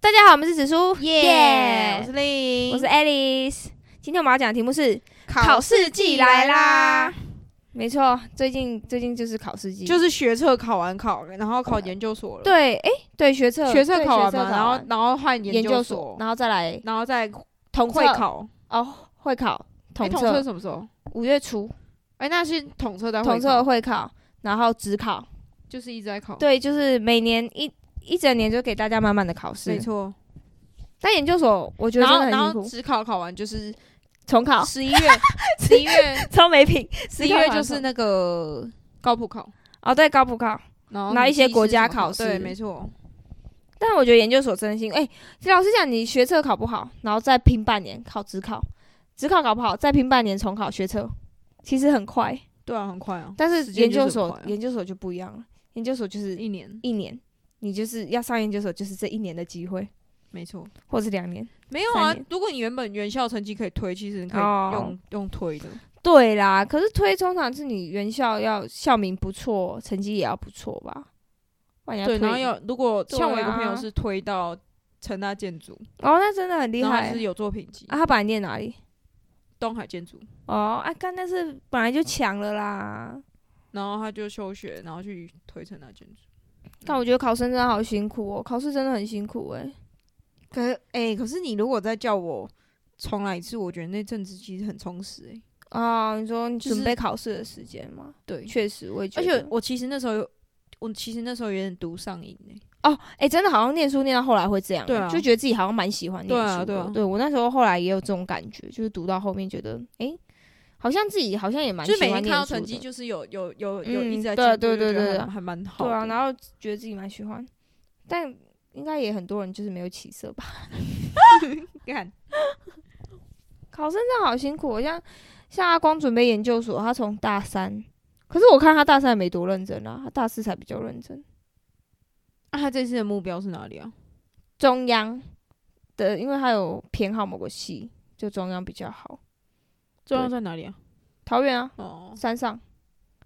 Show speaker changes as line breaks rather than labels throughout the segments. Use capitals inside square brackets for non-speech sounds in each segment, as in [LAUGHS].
大家好，我们是紫苏，
耶！我
耶
是丽，
我是 Alice。今天我们要讲的题目是
考试季来啦，，
没错，最近最近就是考试季，
就是学测考完考，然后考研究所了，，
对，哎、对学测
学
对
测考完
测
嘛，然后然后换
研
究
究所，，然后再来
然后再
统
会
测
考，
哦，会考
哎
统
统
测
什么时候？
五月初
哎，那是统测的
统测会考，然后职考，
就是一直在考，，
对，就是每年一一整年就给大家满满的考试
没。错。
但研究所我觉得
然
真
后
的
然
很辛
后
苦，
职考考完就是
重
[LAUGHS]
考
十
[LAUGHS]
一月，十一月
超没品。
十一月就是那个高普考，
哦，对，高普考，
然后
然后一些
你记
国
是
家
什么
考试
对，没错。
但我觉得研究所真的辛苦。哎、老实讲，你学测考不好，然后再拼半年考职考，职考考不好，再拼半年重考学测，其实很快。
对啊，很快啊，
但是
时
研究
间就是很
所
快啊
研究所就不一样了，研究所就是
一年，
一年，你就是要上研究所，就是这一年的机会，
没错。
或是两年。
没有啊
三年，
如果你原本原校成绩可以推，其实你可以
哦
用、用推的。
对啦，可是推通常是你原校要校名不错，成绩也要不错吧？不然你
对，
推
然后要如果
对啊
像我有个朋友是推到成大建筑，
哦，那真的很厉
然后
害
他是有作品集，
啊！他本来念哪里？
东海建筑，
哦，啊，干那是本来就强了啦。
然后他就休学，然后去推成大建筑。
但我觉得考生真的好辛苦哦，考试真的很辛苦哎、
可是哎、可是你如果再叫我重来一次，我觉得那阵子其实很充实哎、
啊，你说你
就是
准备考试的时间吗？
对，
确实，我也觉
而
得。
且我其实那时候有，我其实那时候有点读上瘾哎、
哦，哎、真的好像念书念到后来会这样，欸
对啊
就觉得自己好像蛮喜欢念书的。
对啊对啊
我那时候后来也有这种感觉，就是读到后面觉得，哎、好像自己好像也蛮喜
就是
欢
每
念
天
书的。
看到成绩，就是有有有有
嗯
一直在
对啊
进步
对对
就觉得
对
还
对
还蛮好
对
的。
啊，然后觉得自己蛮喜欢，但应该也很多人就是没有起色吧。
干
考生真的好辛苦，我像像阿光准备研究所，他从大三，可是我看他大三也没多认真啊，他大四才比较认真。
那、啊他这次的目标是哪里啊？
中央的，因为他有偏好某个系，就中央比较好。
重要在哪里啊？
桃园啊，
哦，
山上，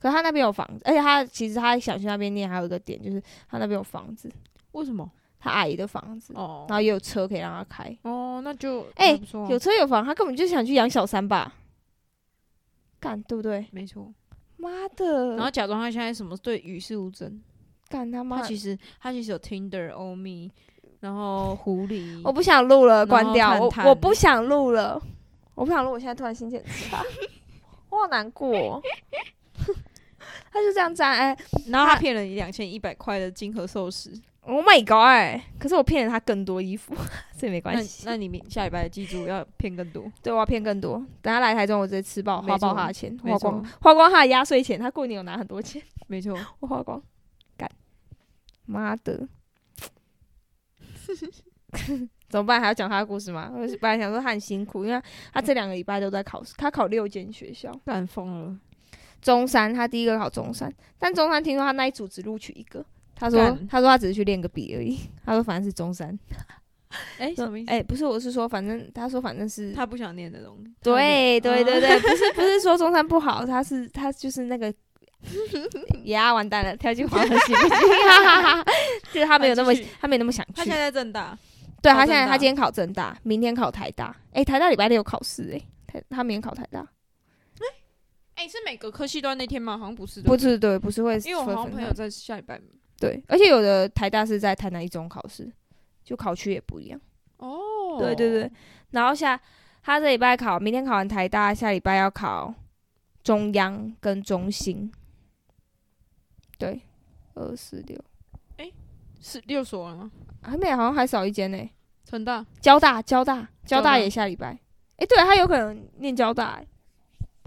可他那边有房子，而且他其实他小区那边念还有一个点，就是他那边有房子，
为什么？
他阿姨的房子，
哦
然后也有车可以让他开，
哦，那就
哎
还不错啊
有车有房，他根本就想去养小三吧，干对不对？
没错。
妈的，
然后假装他现在什么对与世无争，
干他妈
他，其实他其实有 Tinder、欧米，然后狐狸，
我不想录了，
然后
关掉，我
探探
我不想录了，我不想录，我现在突然心情很
[LAUGHS]
差，我好难过哦、 [LAUGHS] 他就这样站，哎、
然后他骗了你两千一百块的金河寿司。
Oh my god！哎可是我骗了他更多衣服， [LAUGHS] 这也没
那
关系。
那你明下礼拜记住要骗更
[LAUGHS]
多，
对，我要骗更多。等他来台中，我直接吃爆，
没
花爆
错
他的钱，
没
花光
错
花光他的压岁钱。他过年有拿很多钱，[LAUGHS]
没错。
我花光，干，妈
[LAUGHS]
的！怎么办？还要讲他的故事吗？我本来想说他很辛苦，因为他这两个礼拜都在考试，他考六间学校。
干疯了，
中山，他第一个考中山，但中山听说他那一组只录取一个。他说
干：“
他说他只是去练个笔而已。他说反正是中山，
哎、什么意思？
哎、不是，我是说，反正他说反正是
他不想念的东西。
对
他不
对对对，不是不是说中山不好，他是他就是那
[LAUGHS]
个呀，完蛋了，跳进黄 [LAUGHS] 河洗不清，就是他没有那么
好继续
他没有那么想
他
去
现。在在
[LAUGHS]
正大，
对
考
他现在
政
他
大
今天考正大，明天考台大，诶，台大礼拜六有考试诶，台他明天考台大，
哎、是每个科系都在那天吗？好像不是，
不
对
是对不是会
对，因为我
会
好像
分
朋友
开
在下礼拜。
对，而且有的台大是在台南一中考试，就考区也不一样。
哦，
对对对，，然后下他这礼拜考，明天考完台大，下礼拜要考中央跟中心。对，二四六，
是六所了吗？
还没，好像还少一间呢。
成大
交大，交大，交
交
大
大
也下礼拜。诶，对他有可能念交大、欸，不知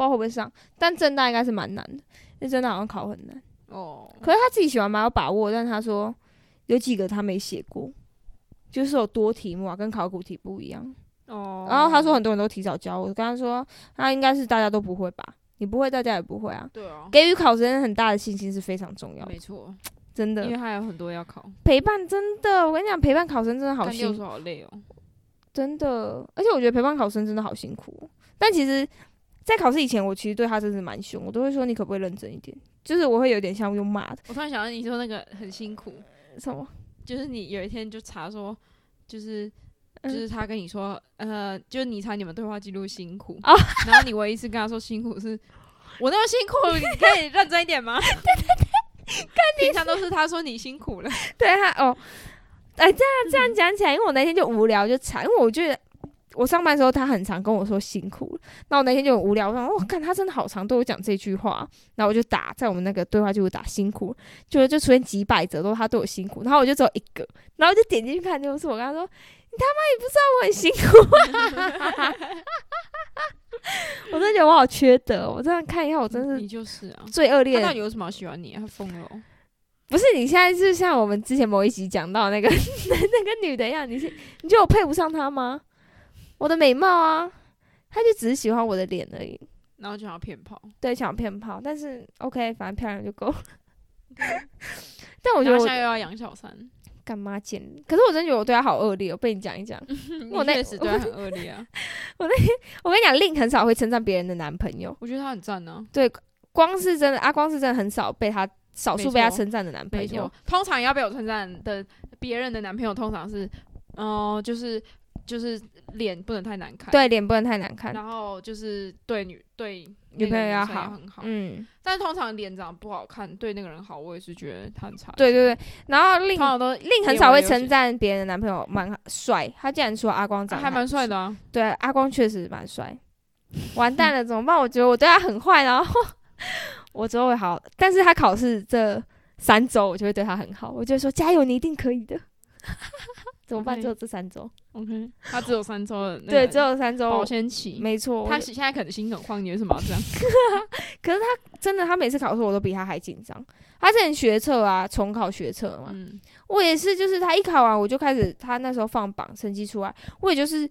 道会不会上，但正大应该是蛮难的，因为正大好像考很难。
哦，
可是他自己喜欢蛮有把握，但他说有几个他没写过，就是有多题目啊，跟考古题不一样。
哦，
然后他说很多人都提早交，我跟他说，那应该是大家都不会吧？你不会，大家也不会啊。
对啊，
给予考生很大的信心是非常重要的
没，错，
真
因为
的
他有很多要考，
陪伴真的，我跟你讲，陪伴考生真的好
干六
辛
所好累哦。
真的，而且我觉得陪伴考生真的好辛苦哦。但其实，在考试以前，我其实对他真的是蛮凶，我都会说你可不可以认真一点，就是我会有点像用骂的
我突然想到你说那个很辛苦，
什么。
就是你有一天就查说就是就
嗯
是他跟你说，呃，就是你查你们对话记录辛苦，
哦
然后你唯一是跟他说辛苦是，我那么辛苦，你可以认真一点吗？ [LAUGHS] 对对对，平常都是他说你辛苦了，
[LAUGHS] 对他哦，哎，这样这样
嗯
讲起来，因为我那天就无聊就查，因为我觉得我上班的时候他很常跟我说辛苦了，那我那天就很无聊，我想我看他真的好常对我讲这句话，然后我就打在我们那个对话记录打辛苦，结果就出现几百则都是他对我辛苦，然后我就只有一个，然后我就点进去看，就是我跟他说。你他妈也不知道我很辛
[LAUGHS]
苦、啊， [LAUGHS] 我真的觉得我好缺德哦！我这样看一下，我真是
你就是啊，
最恶劣
他
的
到底有什么好喜欢你啊？他疯了哦，
不是，你现在是像我们之前某一集讲到那个 [LAUGHS] 那个女的一样，你是你觉得我配不上她吗？我的美貌啊，她就只是喜欢我的脸而已，
然后就想要骗炮，
对，想骗炮，但是 OK，反正漂亮就够 [LAUGHS] 了。但我觉
然
得
后现
我
在又要养小三，
干妈贱，可是我真的觉得我对她好恶劣哦，被你讲一讲。我
你
那
确实对他很恶劣
[LAUGHS]
啊，
我跟你讲，Link 很少会称赞别人的男朋友，
我觉得他很赞啊，
对，光是真的，阿光是真的很少被他少数被他
没错
称赞的男
没
朋友
错，，通常要被我称赞的别人的男朋友，通常是，哦、就是就是脸不能太难看，，
对，脸不能太难看，
然后就是对女对
女朋友
要
要
好
好
很好，
嗯，
但是通常脸长得不好看，对那个人好，我也是觉得他很差。，
对对对，然后
通
Link
常都
令很少会称赞别人的男朋友蛮帅，他竟然说阿光长得
还蛮帅
的，
的啊，
对，阿光确实蛮帅。完蛋了，怎么办？我觉得我对他很坏，然后 [LAUGHS] 我之后会好，但是他考试这三周我就会对他很好，我就会说加油，你一定可以的。 [LAUGHS] 怎么办？
OK
只有这三周，
，OK，他只有三
[LAUGHS]
周的那
对，
个
只有三周
保，鲜期。
没错。
他
他
现在可能心很慌，你为什么要这样？
真的，他每次考试我都比他还紧张。他之前学测啊，重考学测嘛，
嗯，
我也是，就是他一考完我就开始，他那时候放榜成绩出来，我也就是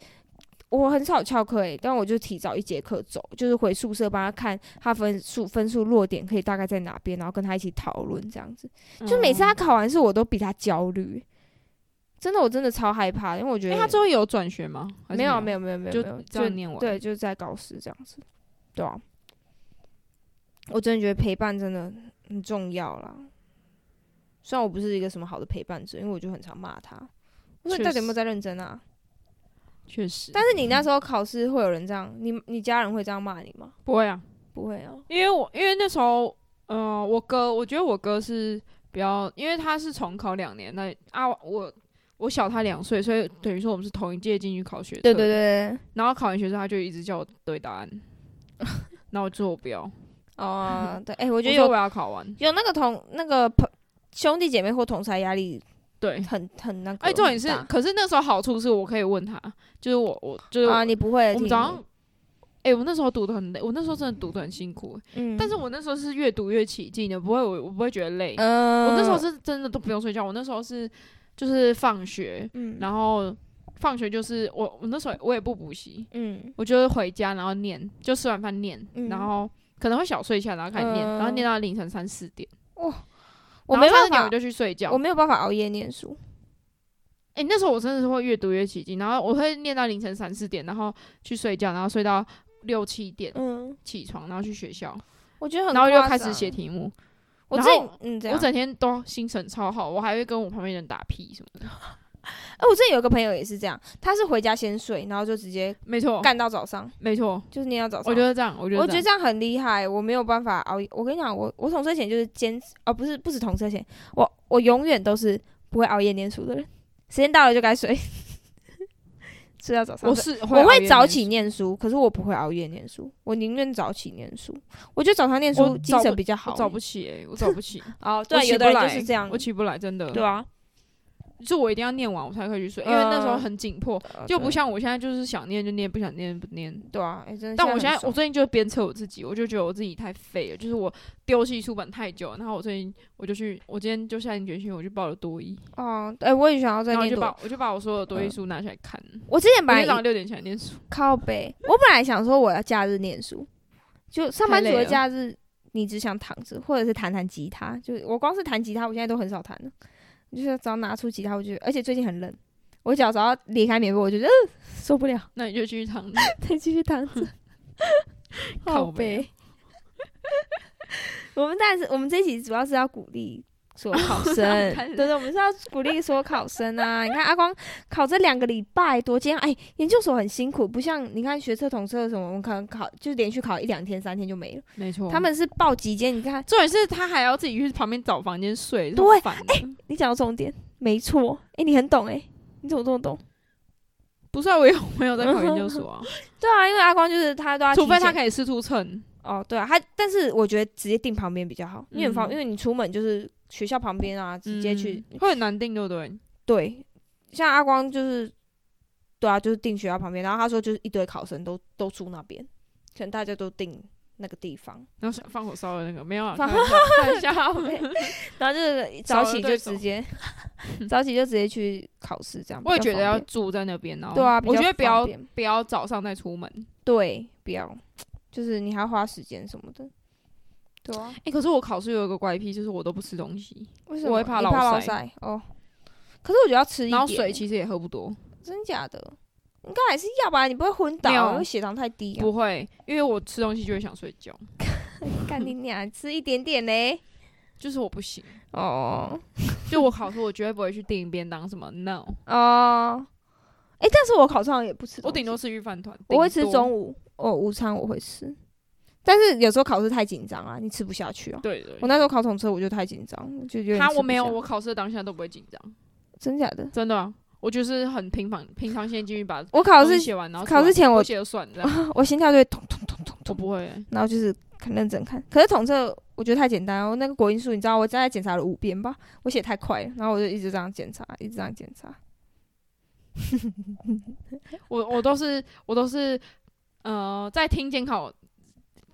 我很少翘课诶、欸但我就提早一节课走，就是回宿舍帮他看他分数分数落点可以大概在哪边，然后跟他一起讨论这样子。就每次他
嗯，
考完试，我都比他焦虑、真的，我真的超害怕，因为我觉
因
得、
为他最后有转学吗？还是
没有没
没有，
有没有没有
就
没有
这样念完。
对，就是在高师这样子，对啊。我真的觉得陪伴真的很重要啦。虽然我不是一个什么好的陪伴者，因为我就很常骂他，我说
确
你到底有没有
实嗯
在认真啊？
确实，
但是你那时候考试会有人这样，你你家人会这样骂你吗？
不会啊，
不会啊，
因为我因为那时候，呃，我哥，我觉得我哥是比较，因为他是重考两年，那啊，我我小他两岁，所以等于说我们是同一届进去考学测。
对对。对，
然后考完学测，他就一直叫我对答
[LAUGHS]
案，然后我就说我不要， [LAUGHS]
哦、对，哎、我
我
觉得
说
有
我要考完。
有那个同那个朋兄弟姐妹或同才压力 [LAUGHS]
对，
很很那个
哎，
很大。
重点是，可是那时候好处是我可以问他，就是我我就是
啊，
我
你不会
我
听的，
们早上。哎、我那时候读的很累，我那时候真的读的很辛苦，
嗯，
但是我那时候是越读越起劲的，不会我我不会觉得累，
嗯，
我那时候是真的都不用睡觉，我那时候是就是放学，
嗯，
然后放学就是我我那时候我也不补习，
嗯
我就是回家然后念，就吃完饭念，
嗯
然后可能会小睡一下，然后开始念，
嗯
然后念到凌晨三四点，
我
然
没
后三
办
四点
法
我，就去睡觉
我。没有办法熬夜念书。
哎、那时候我真的是会越读越起劲，然后我会念到凌晨三四点，然后去睡觉，然后睡到六七点
嗯，
起床，然后去学校，
我觉得很，
然后又开始写。题目。
我
然
自己
后
嗯，这
我
样。
整天都心情超好，我还会跟我旁边人打屁什么的。
哎，我之前有一个朋友也是这样，他是回家先睡，然后就直接
没错，
干到早上，
没错，
就是念到早上。
哦我觉。得这样，我觉得
我觉
这
得
样
这样很厉害，我没有办法熬夜。我跟你讲，我我统测前就是坚持，哦，不是不止统测前，我我永远都是不会熬夜念书的人。时间到了就该睡， [LAUGHS] 睡到早上。
我是
我
熬夜
会
念
早
书
起念书，可是我不会熬夜念书，我宁愿早起念书。我觉得早上念
我
书精
早
神
不
比较好
我。早不起哎、我早不
[LAUGHS]
起，
哦，
我
对，
起
有
不
的人
来
就是这样
我。起不来，真的。
对啊，
就我一定要念完我才可以去睡，因为那时候
嗯
很紧迫，
呃
就不
对
像我现在就是想念就念，不想念不念。
对啊，哎真的。
但我现
很
在我
爽
最近就鞭策我自己，我就觉得我自己太废了，就是我丢弃书本太久了，然后我最近我就去，我今天就下定决心，我去报了多一，
哦，哎，我也想要再
然后
念
就
多嗯
把。我就把我所有的多一书拿起来看。
我之前
我今
本
天早
来
上六点起来念书，
靠北，我本来想说我要假日念书，就上班族
太累
的
了
假日，你只想躺着，或者是弹弹吉他。就我光是弹吉他，我现在都很少弹了。就是只要拿出吉他，我就而且最近很冷，我脚只要离开棉被，我就觉得、呃、受不了， [LAUGHS]
那你就继续躺着。
再继续躺着。
靠
靠啊
北
[LAUGHS] 北。我们但是我们这一集主要是要鼓励所有考 [LAUGHS] 生，
开始
对对，我们是要鼓励所有考生 [LAUGHS] 啊！你看阿光考这两个礼拜多煎熬，哎，研究所很辛苦，不像你看学测、统测什么，我们可能考就是连续考一两天、三天就没了。
没错，
他们是报几间？你看，
重点是他还要自己去旁边找房间睡，
对
哎、
你讲到重点，没错，哎，你很懂哎、你怎么这么懂？
不是、啊、我有我有在
嗯
考研究所啊，
对啊，因为阿光就是他都要提
除
前，
非他可以试出蹭，
哦，对啊，他但是我觉得直接订旁边比较好，因为很方，
嗯
因为你出门就是学校旁边啊，直接去、
嗯会很难定，对不对？
对，像阿光就是，对啊，就是订学校旁边，然后他说就是一堆考生都都住那边，可能大家都订那个地方，
然后想放火烧的那个没
[LAUGHS]
有啊，
放
开玩笑开玩笑
然后就是早
少了
起
对
就
手
直接 [LAUGHS] 早起就直接去考试这样。
我也
比较
觉得要
方便
住在那边哦。
对啊比
我
较
觉得不
方
要
便
不要早上再出门。
对，不要，就是你还要花时间什么的。对啊，
哎、可是我考试有一个怪癖，就是我都不吃东西，
为什么
我会怕
你
老
怕
塞
塞哦？可是我觉得要吃一
然后
点
水
欸，
其实也喝不多，
真假的？应该还是要吧，你不会昏倒
没
啊，
有
因为血糖太低啊
不。会，因为我吃东西就会想睡觉，
干你娘，吃一点点嘞。
就是我不行。
哦
就我考试，我绝对不会去订便
[LAUGHS]
当什么，no，
哦，哎，但是我考上也不吃东西，
我顶多吃预饭团，
我会吃
顶多
中。午，哦，午餐我会吃，但是有时候考试太紧张啊，你吃不下去啊。
对对
我那时候考统车我就太紧张，就有点
他
吃
我
不
没有，
下
我考试的当下都不会紧张，
真假的，
真的、啊。我就是很平常平常心进去把
我考
东西
试
写完，然后
考试前我
我写就算了，
[LAUGHS]
这样
我心跳就会咚咚咚咚
我
咚，
不会欸。
然后就是很认真看。可是统测我觉得太简单了，啊我那个国音数你知道我大概检查了五遍吧，我写太快了，然后我就一直这样检查，一直这样检查。
我我都是我都是呃，在听监考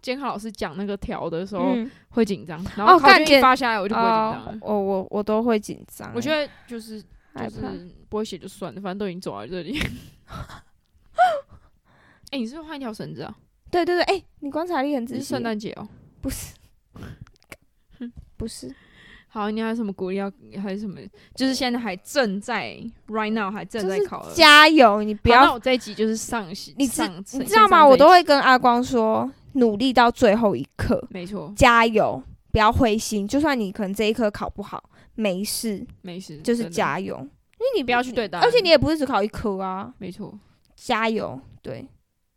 监考老师讲那个条的时候、
嗯，
会紧张，然后考
干
卷一
监
发哦下来我就不会紧张
哦
了。
我我我都会紧张欸、
我觉得就是
害
就
怕。
是不会写就算了，反正都已经走到这里。 [LAUGHS] 哎、你是不是换一条绳子啊？
对对对，哎、你观察力很
这
仔
是
细
圣。诞节哦。
不是，不是，
好，你还有什么鼓励要，还有什么？就是现在还正在 right now 还正
就
在
是
考了。
加油！你不
好
要
那我这一集就是上戏，
你知
上
你
线
知道
上
吗？
这
我
一
都
集
会跟阿光说，努力到最后一刻，
没错，
加油，不要灰心。就算你可能这一科考不好，没事，
没事，
就是
真的，
加油，因为你
不要去对答案
而且你也不是只考一科啊，
没错，
加油，对。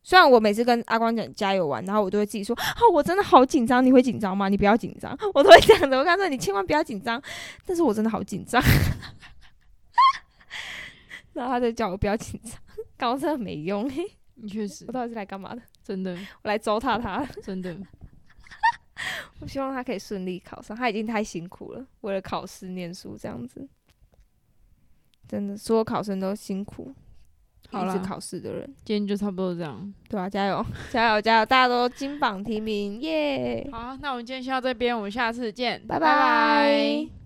虽然我每次跟阿光讲加油完，然后我都会自己说：“哦，我真的好紧张，你会紧张吗？你不要紧张。”我都会这样的。我跟他说：“你千万不要紧张。”但是我真的好紧张。然后他就叫我不要紧张，搞我真的没用。 [LAUGHS]
你确实
我到底是来干嘛的？
真的
我来糟蹋他。
真
[LAUGHS]
的
我希望他可以顺利考上，他已经太辛苦了，为了考试念书这样子，真的，所有考生都辛苦，一
好
直
啦，
考试的人，
今天就差不多这样。
对啊，加油， [LAUGHS] 加油，加油，大家都金榜题名，耶、
好，那我们今天先到这边，我们下次见，
拜
拜
拜
拜